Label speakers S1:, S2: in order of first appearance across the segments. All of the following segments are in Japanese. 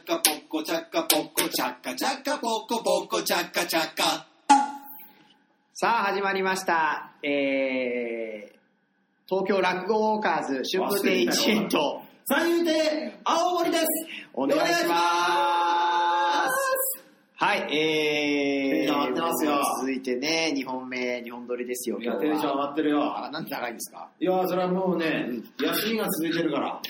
S1: チャカポコチャカチャカポコポコチャカチャカ
S2: さあ始まりました、えー、東京落語ウォーカーズ春風亭一円と
S1: 三遊亭青森です
S2: お願いしま
S1: ます
S2: はいえー、
S1: テンション上がってますよ
S2: 続いてね2本目2本撮りですよ
S1: い
S2: 今
S1: や
S2: 日
S1: テンション上
S2: は
S1: がってるよ
S2: あなんて長いんですか
S1: いやそれはもうね、休みが続いてるから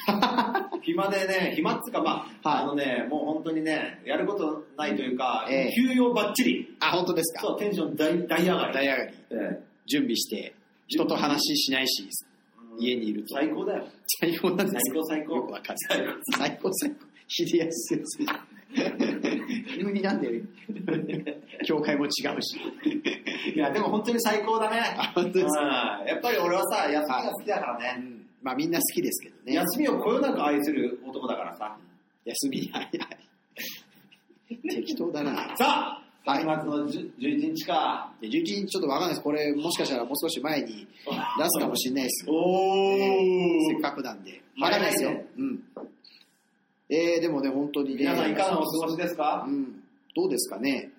S1: 暇でね暇っつうかまあ、
S2: はい
S1: あのねもう本当にねやることないというか、
S2: ええ
S1: 休養ばっちり
S2: あ本当ですか
S1: そうテンション大大上がり
S2: 大上がり
S1: ええ
S2: 準備して人と話ししないし
S1: うん
S2: 家にいると
S1: 最高だよ
S2: 最高なんです
S1: 最高最高
S2: よくわかんない最高最高秀安先生じゃん急になんで教会も違うし
S1: いやでも本当に最高だね
S2: あ本当ですか
S1: うんやっぱり 俺はさ休みが好きだからね、
S2: うんまあみんな好きですけどね
S1: 休みをこよなく愛する男だからさ。
S2: 休み早い適当だな
S1: さあ、
S2: はい
S1: 3月の10 11日か。
S2: で11日ちょっとわかんないですこれもしかしたらもう少し前に出すかもしれないです
S1: お
S2: せっ
S1: ー。
S2: かくなんでわかんないですよ、
S1: 早いね
S2: うんえー、でもね本当にね
S1: 皆さんいかがお過ごしですか
S2: うん、どうですかね、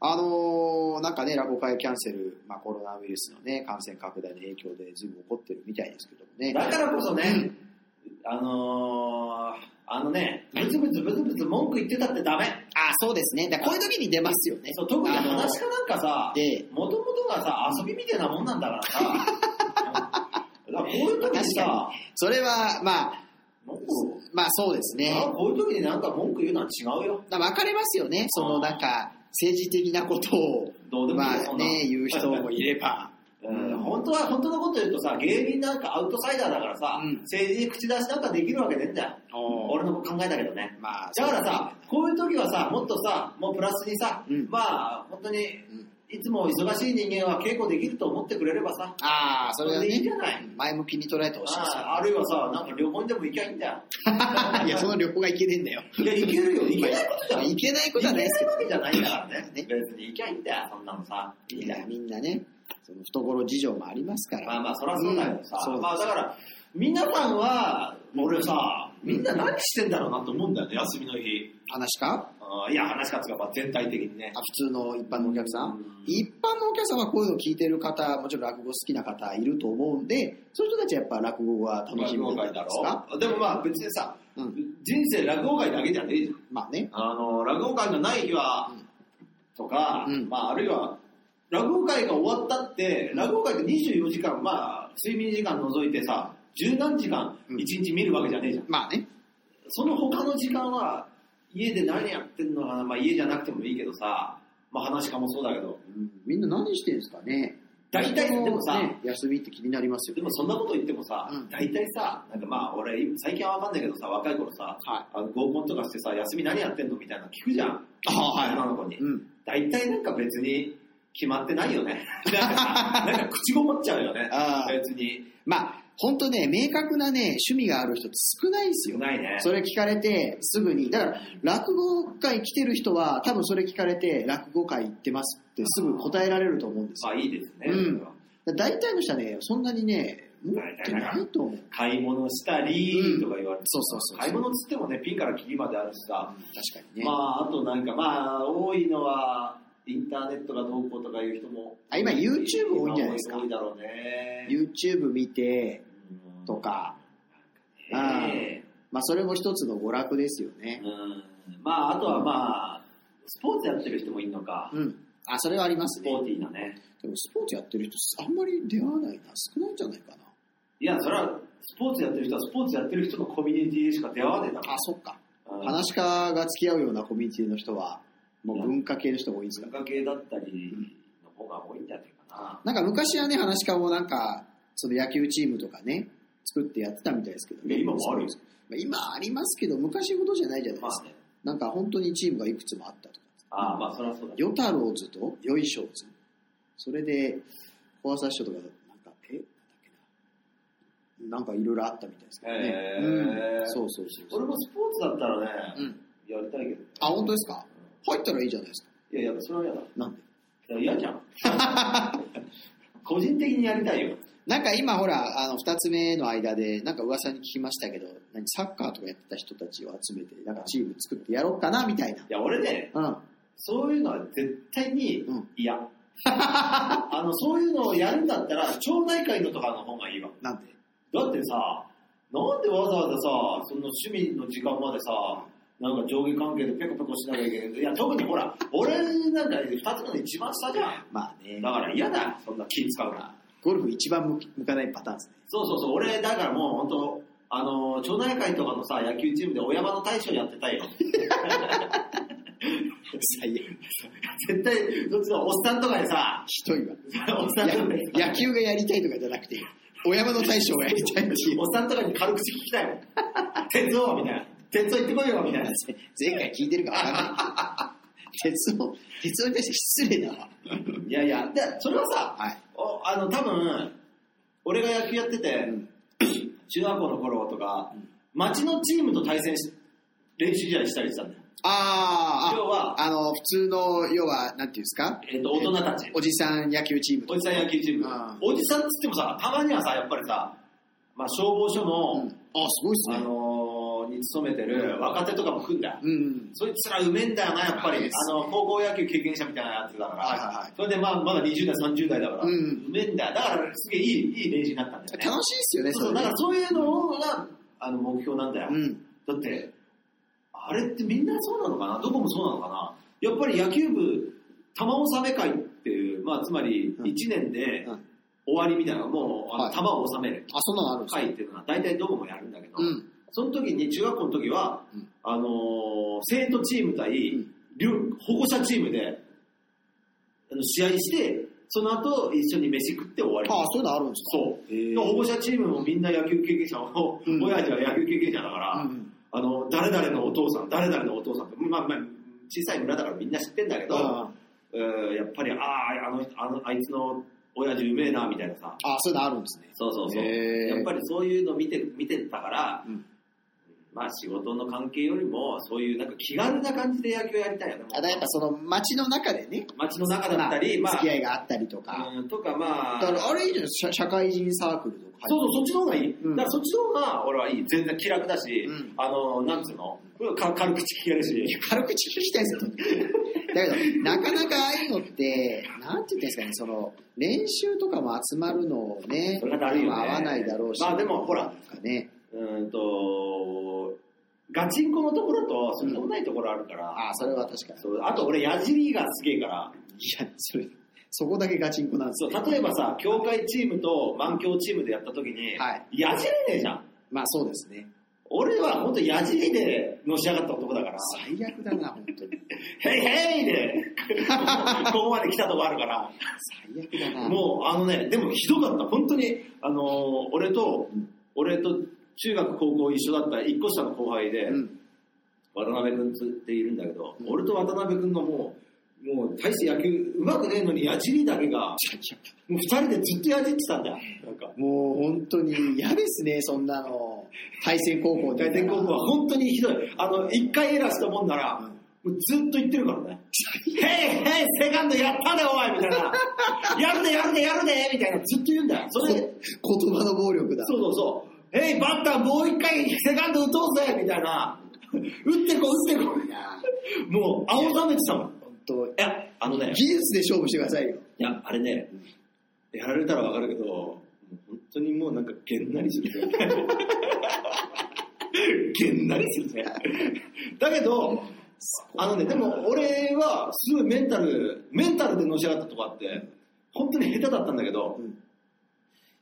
S2: あのーなんかね、ラボ会キャンセル、まあ、コロナウイルスの、ね、感染拡大の影響で、ずいぶん起こってるみたいですけどもね、
S1: だからこそね、あのー、あのね、ブツブツブツブツ文句言ってたってダメ。
S2: あそうですね、だからこういう時に出ますよね、
S1: そう特に
S2: あの
S1: 話し家なんかさ、
S2: ええ
S1: もともとがさ、遊びみたいなもんなんだから さ。うんだからこういう時にさ、
S2: それは、まあ、
S1: 文句
S2: まあそうですね、
S1: あこういう時になんか文句言うのは違うよ。
S2: だから分かれますよね、そのなんか、政治的なことを、
S1: どうでもいいよ
S2: ま
S1: そ
S2: あ
S1: んなの
S2: ね、言う人もいれば。
S1: うん本当は、本当のこと言うとさ、芸人なんかアウトサイダーだからさ、
S2: うん
S1: 政治に口出しなんかできるわけねえんだよ。
S2: おー
S1: 俺の考えだけどね。
S2: まあ、
S1: だからさ、こういう時はさ、もっとさ、もうプラスにさ、
S2: うん
S1: まあ、本当に
S2: そうですね、うん
S1: いつも忙しい人間は稽古できると思ってくれればさ、
S2: ああ、それは
S1: それでいいんじ
S2: ね
S1: ゃない、
S2: 前向きに捉えてほしいですよ。
S1: ああるいはさ、なんか旅行にでも行きゃいいんだよ。
S2: いや、その旅行が行けねえんだよ。
S1: いや、行けるよ、行けないことじゃない。
S2: いけないこ
S1: 行
S2: と
S1: け
S2: はないです
S1: な
S2: け
S1: い
S2: ど
S1: わけじゃないんだからね。
S2: ね
S1: 別に行きゃいいんだよ、そんなのさ。
S2: みんなみんなねその懐事情もありますから、
S1: まあまあ、そりゃそうだよ
S2: ん
S1: さ。
S2: そう
S1: まあだから、皆さんは、俺さ、みんな何してんだろうなと思うんだよね、休みの日。
S2: 話か
S1: あーいや、話し方がまあ全体的にね。
S2: あ普通の一般のお客さん、
S1: うん
S2: 一般のお客さんはこういうのを聞いてる方もちろん落語好きな方いると思うんでそういう人たちはやっぱ落語は楽しみ
S1: 落
S2: な
S1: 語
S2: んじゃない
S1: 会
S2: で
S1: だ
S2: すか
S1: ろ。でもまあ別にさ、
S2: うん
S1: 人生落語会だけじゃねえじゃん。
S2: まあね
S1: あの、落語会のない日は
S2: うん、
S1: とか、
S2: うん
S1: まああるいは、落語会が終わったって、落語会って24時間、まあ睡眠時間除いてさ、十何時間
S2: うん
S1: 一日見るわけじゃねえじゃん。
S2: まあね
S1: その他の時間は、家で何やってんのかな、まあ家じゃなくてもいいけどさ、まあ話かもそうだけど、
S2: うんみんな何してるんですかね
S1: 大体でもさ
S2: ね休みって気になりますよ
S1: でもそんなこと言ってもさ、
S2: うん
S1: 大体さ、なんかまあ俺、最近はわかんないけどさ、若い頃さ、
S2: はい
S1: あの合コンとかしてさ、休み何やってんのみたいなの聞くじゃん。
S2: あはい
S1: 女の子に。
S2: うん
S1: 大体なんか別に決まってないよね。なんかさなんか口ごもっちゃうよね。
S2: あー
S1: 別に。
S2: まあ本当ね明確なね趣味がある人って少ないですよ
S1: ないね。
S2: それ聞かれてすぐにだから落語会来てる人は多分それ聞かれて落語会行ってますってすぐ答えられると思うんですよ
S1: まあいいですね。
S2: うんだから大体の人はねそんなにね持ってないと思う
S1: 買い物したりとか言われて、
S2: そうそうそう
S1: 買い物っつってもね、ピンからキリまであるしさ、
S2: 確かにね、
S1: まあ、あとなんか、まあ、多いのは、インターネットがどうこうとかいう人も。
S2: あ今 YouTube 多いんじゃないですか
S1: 多いだろうね。
S2: YouTube 見て
S1: うん
S2: と。か、
S1: ね
S2: まあ、それも一つの娯楽ですよ
S1: え
S2: ね
S1: うん。まあ、あとはまあ、スポーツやってる人もいるのか。
S2: うんあそれはあります
S1: ス
S2: ね
S1: ポーティーなね。
S2: でもスポーツやってる人あんまり出会わないな少ないんじゃないかない
S1: や、それは、スポーツやってる人はスポーツやってる人のコミュニティでしか出会わねえだろ
S2: あ。そっか
S1: うん
S2: 話し家が付き合うようなコミュニティの人はもう文化系の人が多いんですか
S1: 文化系だったりの方が多いんじゃないかな。
S2: なんか昔はね、話し家もなんか、その野球チームとかね、作ってやってたみたいですけどね。
S1: いや今もあるよ
S2: まあ今ありますけど、昔ほどじゃないじゃないで
S1: ますあ
S2: か。
S1: ね。
S2: なんか本当にチームがいくつもあったとか。
S1: ああ、まあ、それはそうだ。
S2: ヨタローズとヨイショーズ。それで、小朝師匠とか、なんか、えなんだっけな。なんかいろいろあったみたいですけどね。
S1: へー
S2: うん、そうそうそう。
S1: 俺もスポーツだったらね、
S2: うん。
S1: やりたいけどね。
S2: あ、本当ですか入ったらいいじゃないですか。
S1: いやいや、それは嫌だ。
S2: なんで
S1: いや嫌じゃん。個人的にやりたいよ。
S2: なんか今ほら、あの、二つ目の間で、なんか噂に聞きましたけど、何サッカーとかやってた人たちを集めて、なんかチーム作ってやろうかな、みたいな。
S1: いや、俺ね、
S2: うん。
S1: そういうのは絶対に
S2: うん
S1: 嫌。 あの、そういうのをやるんだったら、町内会のとかの方がいいわ。
S2: なんで
S1: だってさ、なんでわざわざさ、その趣味の時間までさ、なんか上下関係でペコペコしなきゃいけない。いや、特にほら、俺なんか二つ目の一番下じゃん。
S2: まあね。
S1: だから嫌だ、そんな気使うな。
S2: ゴルフ一番向き向かないパターンですね。
S1: そうそうそう、俺だからもう本当、あの、町内会とかのさ、野球チームでお山の大将やってたいよ。
S2: 最悪。
S1: 絶対、そっちのおっさんとかでさ、
S2: ひどいわ。
S1: おっさんとかで
S2: や野球がやりたいとかじゃなくて、お山の大将がやりたいっていう
S1: お。っさんとかに軽口聞きたいもん。 鉄王みたいな。鉄王行ってこいよみたいな。
S2: 前回聞いてるかわかんない。鉄を、鉄をに対して失礼だわ。
S1: いやいや、で、それはさ、
S2: はい。
S1: おあの、多分、俺が野球やってて、 中学校の頃とか、町のチームと対戦し、練習試合したりしたんだよ。
S2: あー
S1: 要は
S2: あ、あの、普通の、要は、なんていうんですか
S1: えっ、と、大人たち。
S2: おじさん野球チームと
S1: おじさん野球チーム
S2: あー。
S1: おじさんっつってもさ、たまにはさ、やっぱりさ、まあ、消防署の、
S2: うんあ、すごいっす
S1: あ
S2: ね。
S1: のーに勤めてる若手とかも来んだよ。
S2: うん。
S1: そいつらうめえんだよな、やっぱ
S2: はい
S1: り。あの、高校野球経験者みたいなやつだから。
S2: はいはいはい
S1: それでまあ、まだ20代、30代だから。
S2: うん
S1: うめえんだよ。だから、すげえいい、いい練習になったんだよ
S2: 楽
S1: ね。
S2: しいっすよね、
S1: そうそう、だ
S2: れ
S1: からそういうのが、あの、目標なんだよ。
S2: うん。
S1: だって、あれってみんなそうなのかなどこもそうなのかなやっぱり野球部、玉納め会っていう、まあ、つまり
S2: うん
S1: 1年で
S2: うん
S1: 終わりみたいな、もう、あ
S2: は
S1: の
S2: い
S1: 玉を納める
S2: あ、そんなのあるんですか
S1: 会っていうのは、大体どこもやるんだけど、
S2: うん。
S1: その時に、中学校の時は、
S2: うん
S1: あのー生徒チーム対、
S2: ん
S1: 両保護者チームで、あの試合して、その後一緒に飯食って終わり。
S2: あ、そういうのあるんですか
S1: そう。
S2: へー
S1: 保護者チームもみんな野球経験者を、
S2: うん
S1: 親父は野球経験者だから、
S2: うん
S1: あの、誰々のお父さん、誰々のお父さんって、まあまあ、小さい村だからみんな知ってんだけ
S2: うん。
S1: ど、
S2: あ
S1: えーやっぱり、ああ、あの、あの、あいつの親父うめえな、みたいなさ。
S2: あ、そういうのあるんですね。
S1: そうそうそう。
S2: へー
S1: やっぱりそういうの見て、見てたから、
S2: うん
S1: まあ仕事の関係よりも、そういうなんか気軽な感じで野球やりたいよね。
S2: あだからやっぱその街の中でね、
S1: 街の中だったり、ま
S2: 付き、合
S1: あ
S2: いがあったりとか。
S1: うんとかまあ、
S2: だからあれいいじゃないですか、社社会人サークルとか。
S1: そうそう、そっちの方がいい。
S2: うん
S1: だからそっちの方が俺はいい。全然気楽だし、
S2: うん
S1: あの、なんつうの、か軽口聞け るし。
S2: 軽口聞きたいですよ。だけど、なかなかああいうのって、なんて言ったんですかね、その、練習とかも集まるのをね、
S1: それがあるよね
S2: まあ合わないだろうし。
S1: まあでもほら
S2: なんかね、
S1: うーんと、ガチンコのところと、そうでもないところあるから。
S2: ああ、それは確かに。
S1: そうあと俺、矢尻がすげえから。
S2: いや、それ、そこだけガチンコなんです
S1: そ
S2: よ。
S1: う、例えばさ、協会チームと満協チームでやった時に、
S2: はい
S1: 矢尻ねえじゃん。
S2: まあそうですね。
S1: 俺は本当矢尻でのし上がった男だから、
S2: 最悪だな、本当に。
S1: ヘイヘイ で、ここまで来たとこあるから。
S2: 最悪だな。
S1: もう、あのね、でもひどかった。本当に、あのー俺と、
S2: うん
S1: 俺と中学、高校一緒だった一個下の後輩で、
S2: うん。
S1: 渡辺君っているんだけど、
S2: うん
S1: 俺と渡辺君がもう、もう大して野球うまくねえのに矢尻だけが、もう二人でずっとやじってたんだよ。なんか、
S2: もう本当に嫌ですね、そんなの。対戦高校
S1: 大天高校は本当にひどい。あの、一回エラーしたもんなら、
S2: うん
S1: もうずっと言ってるからね。ヘイヘイセカンドやったでお前みたいな。やるでやるでやるでみたいな、ずっと言うんだよ。それで、
S2: こ言葉の暴力だ。
S1: そうそうそう。えい、バッターもう一回セカンド打とうぜみたいな。打ってこ、打ってこ。
S2: いや
S1: もう、青ざめてたもん。い
S2: 本当
S1: や、あのね、
S2: 技術で勝負してくださいよ。
S1: いや、あれね、やられたらわかるけど、もう本当にもうなんかげんなりするね。げんなりするね。だけど、あのね、でも俺はすごいメンタル、メンタルでのし上がったとこあって、本当に下手だったんだけど、
S2: うん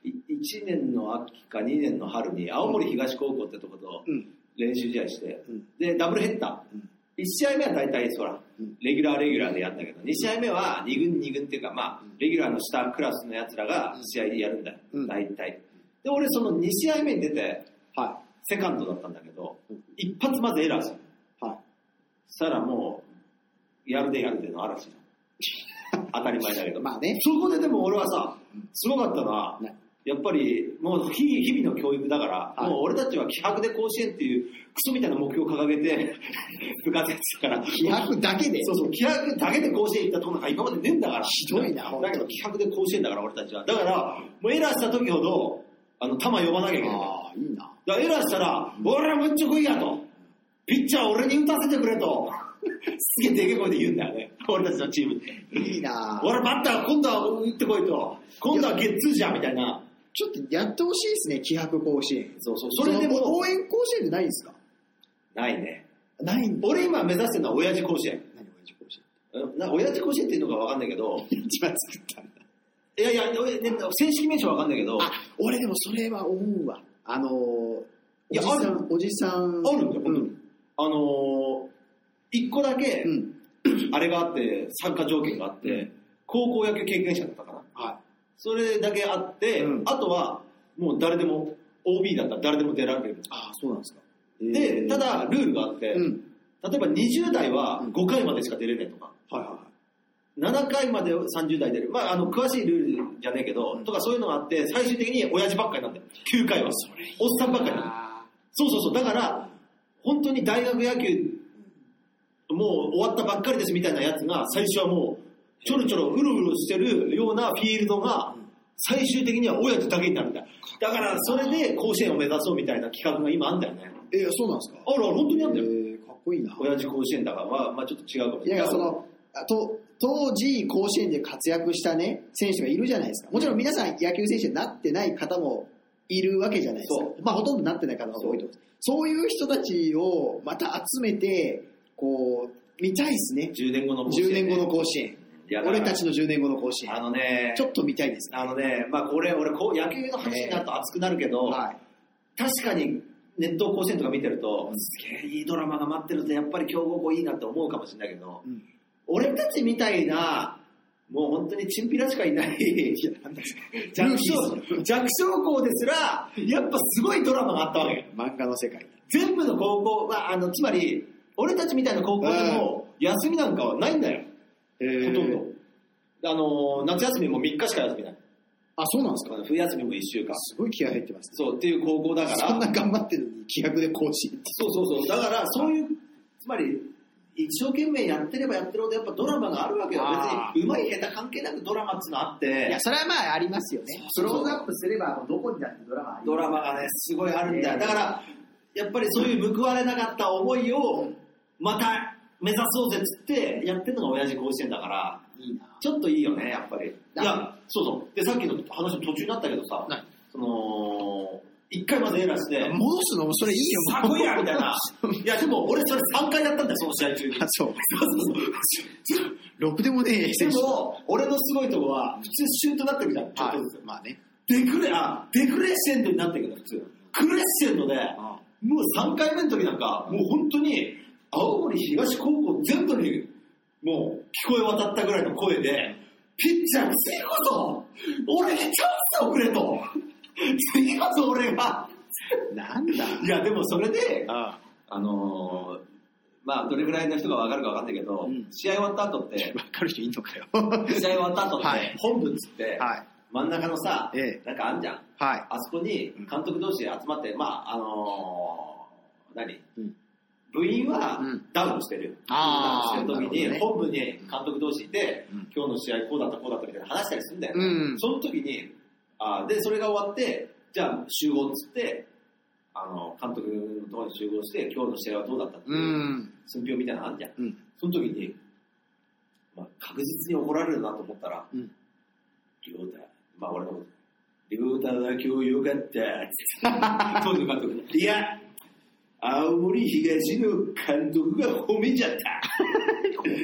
S1: い1年の秋か2年の春に青森東高校ってとこと
S2: うん。
S1: 練習試合して、
S2: うん
S1: で、ダブルヘッダー。
S2: うん
S1: 1試合目は大体、そら
S2: うん、
S1: レギュラー、レギュラーでやったけど、2試合目は2軍、2軍っていうか、まあ
S2: うん、
S1: レギュラーの下クラスのやつらが試合でやるんだよ
S2: うん、
S1: 大体。で、俺、その2試合目に出て、
S2: は
S1: セカンドだったんだけど
S2: うん、
S1: 一発まずエラーした。
S2: い。はい。
S1: したらもう、やるでやるでの嵐じ ゃん。当たり前だけど。
S2: まあね。
S1: そこででも俺はさ、すごかったのは
S2: ね、
S1: やっぱりもう日日々の教育だから、
S2: はい
S1: もう俺たちは気迫で甲子園っていうクソみたいな目標を掲げ て部活やってたから
S2: 気迫だけで
S1: そうそう気迫だけで甲子園行ったとこなんか今までねえんだから
S2: ひどいな本当
S1: だ
S2: に
S1: けど気迫で甲子園だから俺たちはだからもうエラーした時ほどあの球呼ばなきゃいけない
S2: ああいいな
S1: だからエラーしたら、俺はむっちゃ来いやと。ピッチャー俺に打たせてく れと。すげえでけえ声で言うんだよね。俺たちのチームで。
S2: いいな
S1: 俺バッター今度は打ってこいと。今度はゲッツーじゃんみたいな。
S2: ちょっとやってほしいですね気迫甲子園
S1: そうそう。それで
S2: の
S1: も
S2: 応援甲子園でないんですか
S1: ないね。
S2: ないんだ
S1: 俺今目指してるのは親父甲子園。
S2: 何応援甲子園
S1: うんな親父甲子園っていうのかわかんないけど、
S2: 一番作ったんだ
S1: いやいや、おね正式名称わかんないけど、
S2: あ俺でもそれは思うわあのーお
S1: い
S2: じ
S1: や
S2: さ
S1: あ
S2: んおじさん
S1: あるんだ
S2: う
S1: よ本当
S2: ん
S1: にあのー、一個だけ
S2: う、ん
S1: あれがあって、参加条件があって、
S2: うん
S1: 高校野球経験者だったかな。
S2: は
S1: それだけあって、
S2: うん
S1: あとはもう誰でも OB だったら誰でも出られる。
S2: ああそうなんですか
S1: で、ただルールがあって、
S2: うん
S1: 例えば20代は
S2: うん
S1: 5回までしか出れないとか、
S2: はいはいはい
S1: 7回まで30代出る。まあ、あの、詳しいルールじゃねえけど、とかそういうのがあって、最終的に親父ばっかりなんだよ。9回は。おっさんばっかりなんだよ。
S2: あ
S1: そうそうそう。だから、本当に大学野球、もう終わったばっかりですみたいなやつが、最初はもう、ちょろちょろうろうろしてるようなフィールドが、最終的には親父だけになるんだよ。だから、それで甲子園を目指そうみたいな企画が今あんだよね。
S2: ーえそうなんですか
S1: あら、本当にあんだよ。
S2: えーかっこいいな
S1: 親父甲子園だから、まあ、まあ、ちょっと違うかもし
S2: い
S1: れない。
S2: や、その、あと、当時、甲子園で活躍したね、選手がいるじゃないですか。もちろん皆さん野球選手になってない方もいるわけじゃないですか
S1: そ。
S2: まあ、ほとんどなってない方が多いと思います。そういう人たちをまた集めて、こう、見たいですね。
S1: 10年後の甲子園
S2: 10
S1: ね
S2: 年後の甲子園。
S1: いやだから
S2: 俺たちの10年後の甲子園
S1: あ。のね、
S2: ちょっと見たいですね。
S1: あのね、まあ、これ、俺、こう野球の話になると熱くなるけど、
S2: はい。
S1: 確かに、ネット甲子園とか見てると、すげえいいドラマが待ってると、やっぱり強豪校いいなって思うかもしれないけど、
S2: うん
S1: 俺たちみたいな、もう本当にチンピラしかいない、弱小、弱小校ですら、やっぱすごいドラマがあったわけよ。
S2: 漫画の世界。
S1: 全部の高校は、あの、つまり、俺たちみたいな高校でも、休みなんかはないんだよ、
S2: え
S1: ほとんど。あの、夏休みも3日しか休みない。
S2: あ、そうなんですか。
S1: 冬休みも1週間。
S2: すごい気合入ってますね。
S1: そう、っていう高校だから。
S2: そんな頑張ってるのに気迫で甲子園。
S1: そうそうそう。だから、そういう、つまり、一生懸命やってればやってるほどやっぱドラマがあるわけよ。
S2: あー
S1: 別に、うまい下手関係なくドラマっていうのあっ
S2: いや、
S1: て、
S2: それはまあありますよね。ク
S1: そうそ
S2: ロー
S1: う
S2: ズアップすれば、どこにだってドラマあります
S1: ドラマがね、すごいあるんだよ。
S2: ね
S1: だから、やっぱりそういう報われなかった思いを、また目指そうぜっつって、やってるのが親父甲子園だから、
S2: いいな。
S1: ちょっといいよね、やっぱり。い
S2: な
S1: や、そうそう。で、さっきの話の途中になったけどさ
S2: 何、
S1: その、一回まずエラーして、
S2: 戻す のもそれいいよ。
S1: さあ来いやみたいな。いや、でも俺それ3回やったんだよ、その試合中に
S2: あ。そう。
S1: そうそうそう
S2: ろくでもねえ
S1: で
S2: 選手。
S1: も、俺のすごいとこは、普通シュートなってるじゃん、ちょっとずつ
S2: まあね。
S1: デクレ、あ、デクレッシェンドになってるけど、普通。クレッシェンドで、もう3回目の時なんか、もう本当に、青森東高校全部に、もう聞こえ渡ったぐらいの声で、ピッチャー、次こそ、俺にチャンスをくれと。次こそ俺が。
S2: なんだ。
S1: いや、でもそれで、
S2: あ
S1: あのーまあ、どれぐらいの人がわかるかわかんないけど、
S2: うん
S1: 試合終わった後って、
S2: わかる人いんのかよ。 は
S1: 試合終わった後って、
S2: はい
S1: 本部っつって、
S2: い。
S1: 真ん中のさ、
S2: え
S1: なんかあんじゃん。
S2: はい。
S1: あそこに
S2: うん
S1: 監督同士で集まって、まあ、あのー何、
S2: うん
S1: 部員は
S2: うん
S1: ダウンしてる。
S2: あー
S1: ダウンしてる時に、
S2: なるほ
S1: 本部に監督同士いて、
S2: うん
S1: 今日の試合こうだったこうだったみたいな話したりするんだよ、ね
S2: うん
S1: その時に、あーで、それが終わって、じゃあ集合っつって、あの、監督のところに集合して、今日の試合はどうだったっていうう、
S2: ん。
S1: 寸評みたいなのあんじゃん。
S2: うん。
S1: その時に、まあ、確実に怒られるなと思ったら、
S2: うん
S1: リョータ、まあ俺のこと、リョータだ、今日よ かった。当時の監督に。いや、青森東の監督が褒めちゃっ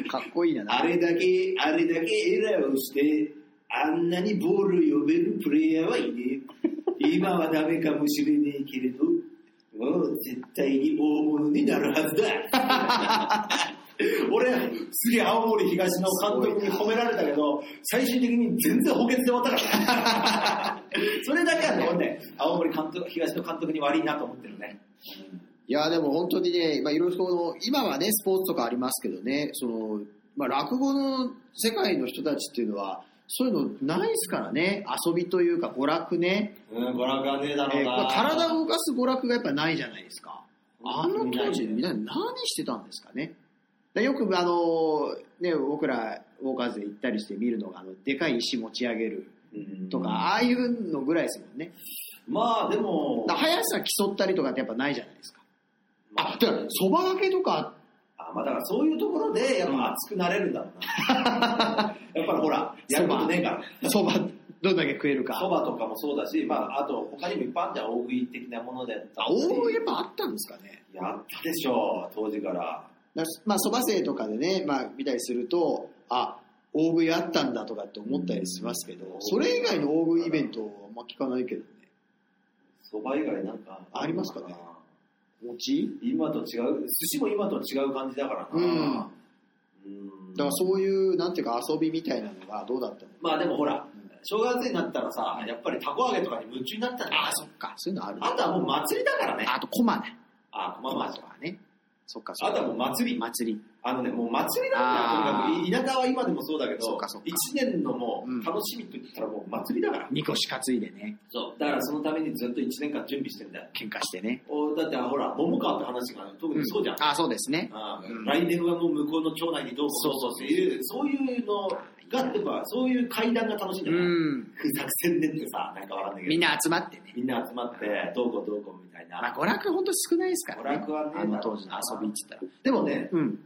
S1: た。
S2: かっこいいな。
S1: あれだけ、あれだけエラーをして、あんなにボールを呼べるプレイヤーはいねえ。今はダメかもしれねえけれど、もう絶対に大物になるはずだ。 俺、すげえ青森東の監督に褒められたけど、最終的に全然補欠で終わったから ね。それだけはね、俺ね、青森監督東の監督に悪いなと思ってるね。
S2: いや、でも本当にね、まあいろいろこの、今はね、スポーツとかありますけどね、その、まあ落語の世界の人たちっていうのは、そういうのないですからね。遊びというか娯楽ね。
S1: うん、娯楽はねえだろ
S2: え
S1: う
S2: ー
S1: な。
S2: 体を動かす娯楽がやっぱないじゃないですか。あの当時、みんな
S1: な
S2: 何してたんですかね。でよくあの、ね、僕ら、ウォーカーズで行ったりして見るのが、あの、でかい石持ち上げるとか、ああいうのぐらいですもんね。
S1: まあでも、
S2: だ速さ競ったりとかってやっぱないじゃないですか。
S1: ま
S2: あ、だから、そばがけとか、
S1: あまあだからそういうところでやっぱ熱くなれるんだろう な。やっぱりほら、やることねえから。
S2: そば、どんだけ食える
S1: そ
S2: か。
S1: ばとかもそうだし、まああと他にもいっぱいあんじゃん、大食い的なもので。
S2: あ、大食いやっぱあったんですかね。
S1: やったでしょう、当時から。
S2: だからまあ、そば生とかでね、まあ、見たりすると、あ、大食いあったんだとかって思ったりしますけど、それ以外の大食いイベントはあんま聞かないけどね。
S1: そば以外なんか。
S2: ありますかね餅
S1: 今と違う、寿司も今と違う感じだからな。
S2: うん
S1: うん
S2: だからそういう、なんていうか遊びみたいなのがどうだったの
S1: まあでもほら
S2: うん、
S1: 正月になったらさ、やっぱりたこ揚げとかに夢中になったり
S2: あ、そっか。そういうのある。
S1: あとはもう祭りだからね。
S2: あと、コマね。
S1: あ、ま
S2: コ
S1: あま
S2: マ
S1: あ
S2: と。かね。そっか、そっ
S1: あ
S2: か。
S1: とはもう祭り。
S2: 祭り。
S1: あのね、もう祭りなんだ
S2: あ
S1: よ
S2: ー
S1: とにかく。田舎は今でもそうだけ
S2: そっ
S1: ど
S2: かそっ、か
S1: 一年のも
S2: うん
S1: う楽しみと言ったらもう祭りだから。
S2: みこし担いでね、
S1: そう。だからそのためにずっと一年間準備してんだよ。
S2: 喧嘩してね。
S1: おだってほら、桃川って話が特にそうじゃん。
S2: あ、そうですね。
S1: ああ
S2: うん
S1: 来年はもう向こうの町内にどうこうこうっていう、そういうのが、やっぱそういう会談が楽しいんだ
S2: う
S1: から。
S2: ん。
S1: 作戦練ってさ、なんかわかんないけど。
S2: みんな集まってね。
S1: みんな集まって、どうこうどうこうみたい
S2: ま
S1: な。
S2: あ、娯楽ほんと少ないですからね。
S1: 娯楽はね
S2: あの当時の遊びって言ったら。でもね
S1: ね、
S2: うん。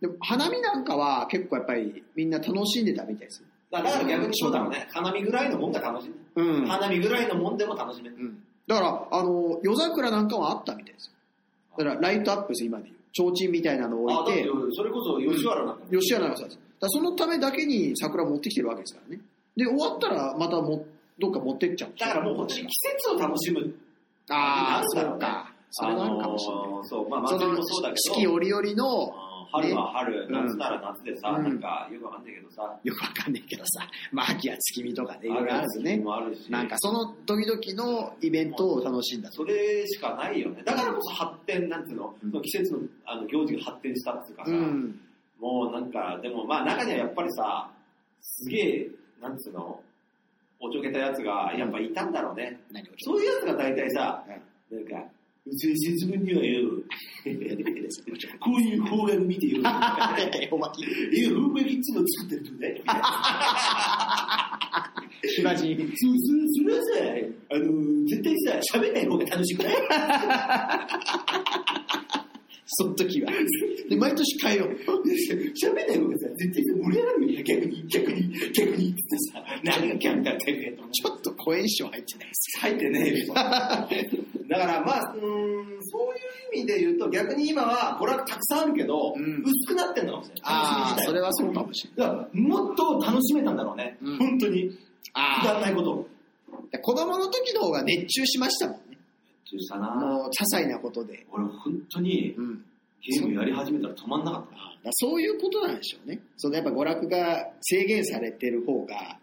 S2: でも、花見なんかは結構やっぱりみんな楽しんでたみたいですよ。
S1: だから逆にそうだろうね。花見ぐらいのもんが楽しめ。
S2: うん。
S1: 花見ぐらいのもんでも楽しめ。
S2: うん。だから、あの、夜桜なんかはあったみたいですよ。だから、ライトアップです、今でいう。提灯みたいなのを
S1: あ、だ
S2: 置
S1: っ
S2: い
S1: て
S2: て、、
S1: それこそ吉原なんかも。
S2: 吉原のさ、だからそのためだけに桜持ってきてるわけですからね。で、終わったらまたも、どっか持ってっちゃう。
S1: だからもう本当に季節を楽しむ。
S2: ああ、
S1: な
S2: そ
S1: る
S2: うん
S1: だろうね
S2: か。それがあるかもしれない。
S1: あのーそう、まあ
S2: そ
S1: 祭り
S2: の
S1: もそうだ
S2: 四
S1: け
S2: 季
S1: ど。
S2: 折々
S1: あ
S2: の、
S1: ー春は春、
S2: ね
S1: 夏なら夏でさ、
S2: うん
S1: なんかよくわかんないけどさ、
S2: よくわかんないけどさ、 まあ秋や月見とかね、いろいろあるんです
S1: 時期
S2: ね。
S1: もあるし、
S2: なんかその時々のイベントを楽しんだと。
S1: それしかないよね。だからこそ発展、なんていうの、
S2: うん
S1: その季節のあの行事が発展したっていうかさ、
S2: うん。
S1: もうなんか、でもまあ中にはやっぱりさ、すげえ、なんつうの、おちょけたやつがやっぱいたんだろうね。
S2: 何をちょ
S1: そういうやつが大体さ、なんか、うちの節分にはよ、こういう方角見てよ、いや、
S2: おまき。
S1: 風磨キッチンの作ってるんだよ。
S2: しばじん。
S1: そう、そそれはさ、あの、絶対さ、喋んない方が楽しくない
S2: その時は。で、毎年変えよう。
S1: 喋んない方がさ、絶対さ、盛り上がるよね、逆に、逆に、逆にってさ、何がキャンターってるやと思
S2: ちょっと声衣装入ってないです。
S1: 入ってねえよ。だからまあ、うーん、そういう意味で言うと、逆に今は娯楽たくさんあるけど、
S2: うん
S1: 薄くなってんのかもしれない。
S2: あ あ、それ
S1: は。
S2: はそうかもしれない。
S1: だからもっと楽しめたんだろうね。
S2: うん
S1: 本当に。くだ
S2: あ
S1: らないことを。
S2: あ、子供の時の方が熱中しましたもんね。
S1: したな
S2: もう、些細なことで。
S1: 俺本当に
S2: うん。
S1: ゲームやり始めたら止まんなかった。
S2: ああそういうことなんでしょうね。そのやっぱ娯楽が制限されてる方が、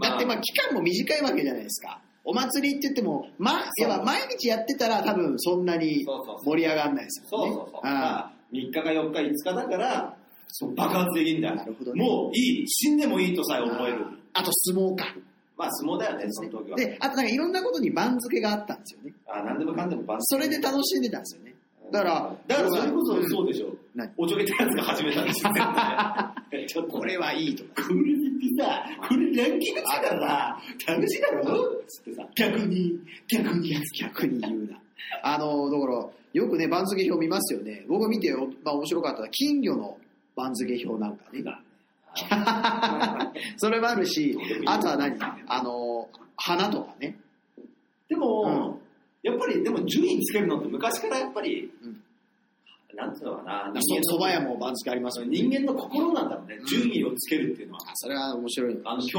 S2: だってまあ期間も短いわけじゃないですか。お祭りって言っても、ま、
S1: そう
S2: やっぱ毎日やってたら多分そんなに
S1: そうそうそう
S2: 盛り上がらないですよ
S1: そう
S2: ね。
S1: そうそう。
S2: ああ
S1: 3日か4日、5日だから、そう爆発できるんだよ。
S2: なるほどね
S1: もういい、死んでもいいとさえ思える。
S2: あと相撲か。
S1: まあ相撲だよね、その時は。
S2: で、あとなんかいろんなことに番付があったんですよね。
S1: あ何でもかんでもバ
S2: それで楽しんでたんですよね。だから、
S1: だからそれこ
S2: う
S1: そ
S2: ん
S1: そうでしょ。
S2: 何
S1: おちょけたやつが始めたん ですよ。ちょっと
S2: これはいいとか。
S1: これってさ、これランキングつけたらさ、楽しいだろつってさ、逆に、逆にやつ
S2: 逆に言うな。あの、だから、よくね、番付表見ますよね。僕見てよ、まあ面白かったのは金魚の番付表なんかね。 それもあるし、あとは何あの、花とかね。
S1: でも、やっぱり、でも順位つけるのって昔からやっぱり、
S2: うん
S1: なんていうのかな、
S2: そば屋も番付ありますよね。
S1: 人間の心なんだろうね
S2: う、ん
S1: 順位をつけるっていうのは。
S2: あそれは面白いのか。
S1: あの、競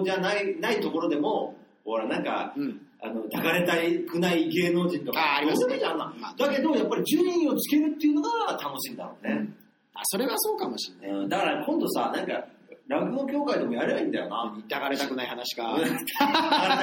S1: 争じゃない、ないところでも、ほら、なんか、
S2: うん。
S1: あの、抱かれたくない芸能人とか、
S2: あーありますね
S1: どうでもいいじゃんあんな
S2: まあ
S1: だけど、やっぱり順位をつけるっていうのが楽しいんだろうね。
S2: あ、それはそうかもしれない。
S1: うんだから今度さ、なんか、落語協会でもやればいいんだよな。
S2: 抱かれたくない話か、
S1: 抱かれ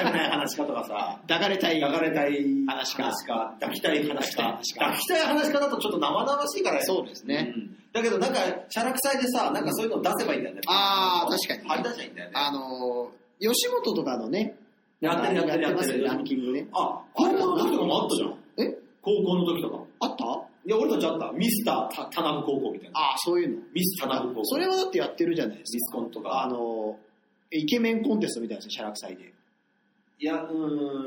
S1: たくない話かとかさ、
S2: 抱かれたい。
S1: 抱かれたい
S2: 話か
S1: 抱きたい話か
S2: 抱きたい話、か
S1: 抱きたい話かだとちょっと生々しいから
S2: そうですね
S1: うんだけどなんか、シャラくさいでさ、なんかそういうの出せばいいんだよね。
S2: あー確かに
S1: 張り出しゃいいんだよね。
S2: あのー吉本とかのね、
S1: やってるやってる
S2: や
S1: やってる
S2: ますよランキングね。
S1: あ、高校の時とかもあったじゃん。
S2: え
S1: 高校の時とか。
S2: あった
S1: いや、俺たちあった。ミスターた田中高校みたいな。
S2: ああ、そういうの。
S1: ミスター田中高校。
S2: それはだってやってるじゃないで
S1: ミ
S2: す
S1: スコンと
S2: か。あ
S1: か。
S2: のーイケメンコンテストみたいなやつ、シャラクサイで。
S1: いや、う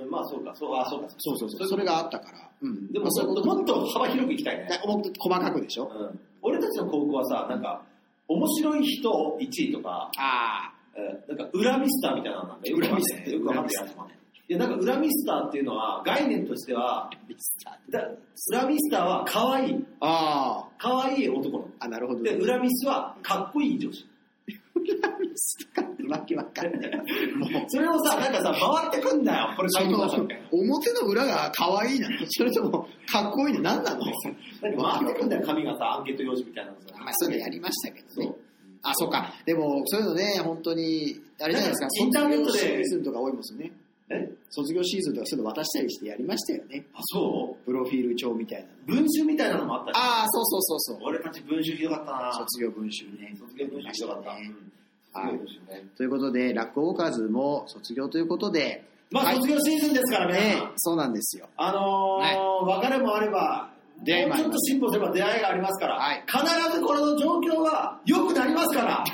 S1: ーん、まあそうか、そう、あ、そうか。
S2: そうそうそう。それがあったから。うん。
S1: でも
S2: まあそういう
S1: もっ
S2: こと
S1: もっと幅広くいきたいね。
S2: ともっと細かくでしょ
S1: うん俺たちの高校はさ、なんか、面白い人1位とか、
S2: あ
S1: えーなんか裏ミスターみたいなのなんだよ。
S2: 裏ミスター
S1: よくわかんないやつもね。いや、なんか裏ミスターっていうのは、概念としては、
S2: あ。ミスター
S1: だ裏ミスターは可愛い、
S2: あ
S1: 可愛い男の
S2: あ。あ、なるほど。
S1: 子。で、裏ミスはかっこいい女子。
S2: 裏ミスターわけわかんない。もう。
S1: それをさ、なんかさ、回ってくんだよ。これ
S2: そ
S1: 最高
S2: の
S1: だぞみたいな。
S2: 表の裏が可愛いなのそれともかっこいいの何なの
S1: なんか回ってくんだよ、髪がさ、アンケート用紙みたいなのさ。
S2: まあそういうのやりましたけど
S1: そ
S2: ね
S1: う。
S2: あ、そうか。でも、そういうのね、本当に、あれじゃないですか、
S1: インターネットで
S2: 卒業シーズンとか多いもんですよね。
S1: え
S2: 卒業シーズンとかそういうの渡したりしてやりましたよね。
S1: あ、そ
S2: プロフィール帳みたいなの。
S1: う文集みたいなのもあったし
S2: ああ、そうそうそうそう。
S1: 俺たち文集ひどかったな
S2: 卒業文集ね。
S1: 卒業文集ひどかった。うん
S2: はい
S1: 卒業文集ね
S2: ということで、ラッコウォーカーズも卒業ということで、
S1: まあ、卒業シーズンですからね
S2: ね。、そうなんですよ。
S1: あのー別れもあれば、
S2: 出会いも
S1: も
S2: あ
S1: う
S2: ります
S1: ちょっと進歩すれば出会いがありますから、
S2: はい
S1: 必ずこの状況は良くなりますから。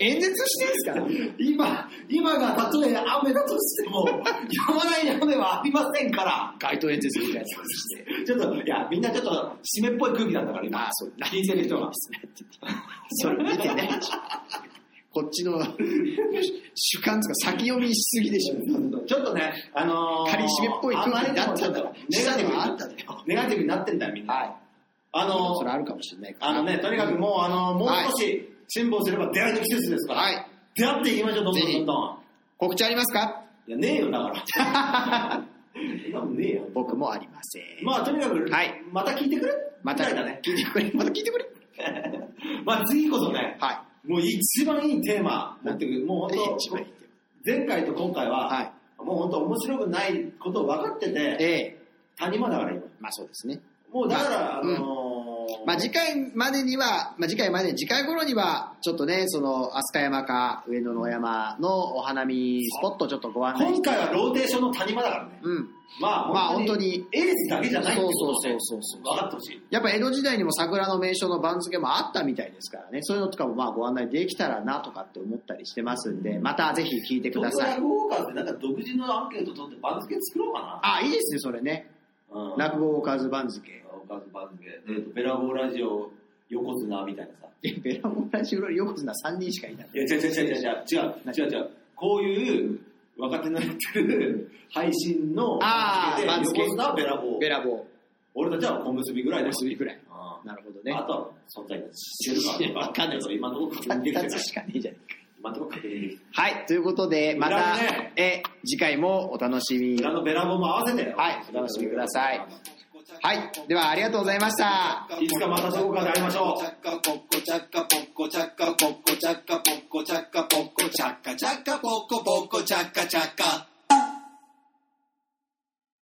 S2: 演説してるんですか
S1: 今、今がたとえ雨だとしても、やまない雨はありませんから。
S2: 街頭演説みたいなやつして。
S1: ちょっと、いや、みんなちょっと湿っぽい空気だったから、今。
S2: あそう
S1: 人生の人が。
S2: それ見てないでしょこっちの主観とか先読みしすぎでしょ。
S1: ちょっとね、あのー、
S2: 仮に湿っぽい空気になっちゃったら
S1: あまりにもちょっとネガ
S2: あっんだよ
S1: ティブになったたネガティブになってんだよ、みんな。
S2: はい。
S1: あの
S2: そ
S1: ー
S2: れあるかもしれないから。
S1: あのね、とにかくもう、あの、もう
S2: はい
S1: 少し辛抱すれば出会いの季節ですから。
S2: はい
S1: 出会っていきましょう、どんどんどんどん。
S2: 告知ありますか
S1: いや、ねえよ、だ から。今もねえよ。
S2: 僕もありません。
S1: まあ、とにかく、
S2: はい
S1: また聞いてくれ
S2: また
S1: みいだね。
S2: 聞いてくれ。また聞いてくれ。
S1: まあ、次こそね、
S2: は
S1: もう一番いいテーマ持ってくる。もう
S2: い。
S1: 本
S2: 一番いいって
S1: 当、前回と今回は、
S2: はい
S1: もう本当面白くないことを分かって
S2: え
S1: て、
S2: え。
S1: 谷間だから今。
S2: まあそうですね。
S1: もうだから、あ
S2: うん
S1: のー
S2: まあ次回までには、まあ次回まで、次回頃には、ちょっとね、その、飛鳥山か上野の山のお花見スポットをちょっとご案内し
S1: 今回はローテーションの谷間だからね。
S2: うん。
S1: まあ、
S2: まあ本当に。
S1: エースだけじゃないってことをね
S2: そうそうそうそう
S1: 分かってほしい。
S2: やっぱ江戸時代にも桜の名所の番付もあったみたいですからね、そういうのとかもまあご案内できたらなとかって思ったりしてますんで、またぜひ聞いてください。
S1: 落語ウォーカーってなんか独自のアンケート取って番付作ろうか
S2: あ、いいですね、それね。
S1: な。うん。
S2: 落語おかず番付。
S1: おかず番付。えっと、ベラボーラジオ横綱みたいなさ。
S2: えベラボラジオ横綱3人しかいない。
S1: いや、違う違う違う違う違う違う違う。こういう若手のやってる配信の
S2: あー
S1: 番付
S2: 番付
S1: で横綱はベラボ
S2: ベ
S1: ー。
S2: ラボ
S1: 俺たちは小結びぐらい
S2: ー、
S1: だ
S2: お
S1: よ
S2: すびぐらい。
S1: あ
S2: なるほど
S1: ー
S2: ね
S1: あ。とは存在してるか わかんないけど、今のところ確認できて
S2: 2
S1: な
S2: つ
S1: い。
S2: しかねえじゃねえか
S1: 今のところ確認できて
S2: はい、ということで、また
S1: 裏ね、
S2: え、次回もお楽しみに。
S1: ない。裏のベラボーも合わせて。
S2: はいお楽しみくださいはい、ではありがとうございました。
S1: いつかまたどこかで会いましょう。
S3: Chaka, poco, chaca, poco, chaca, poco, chaca, poco, chaca,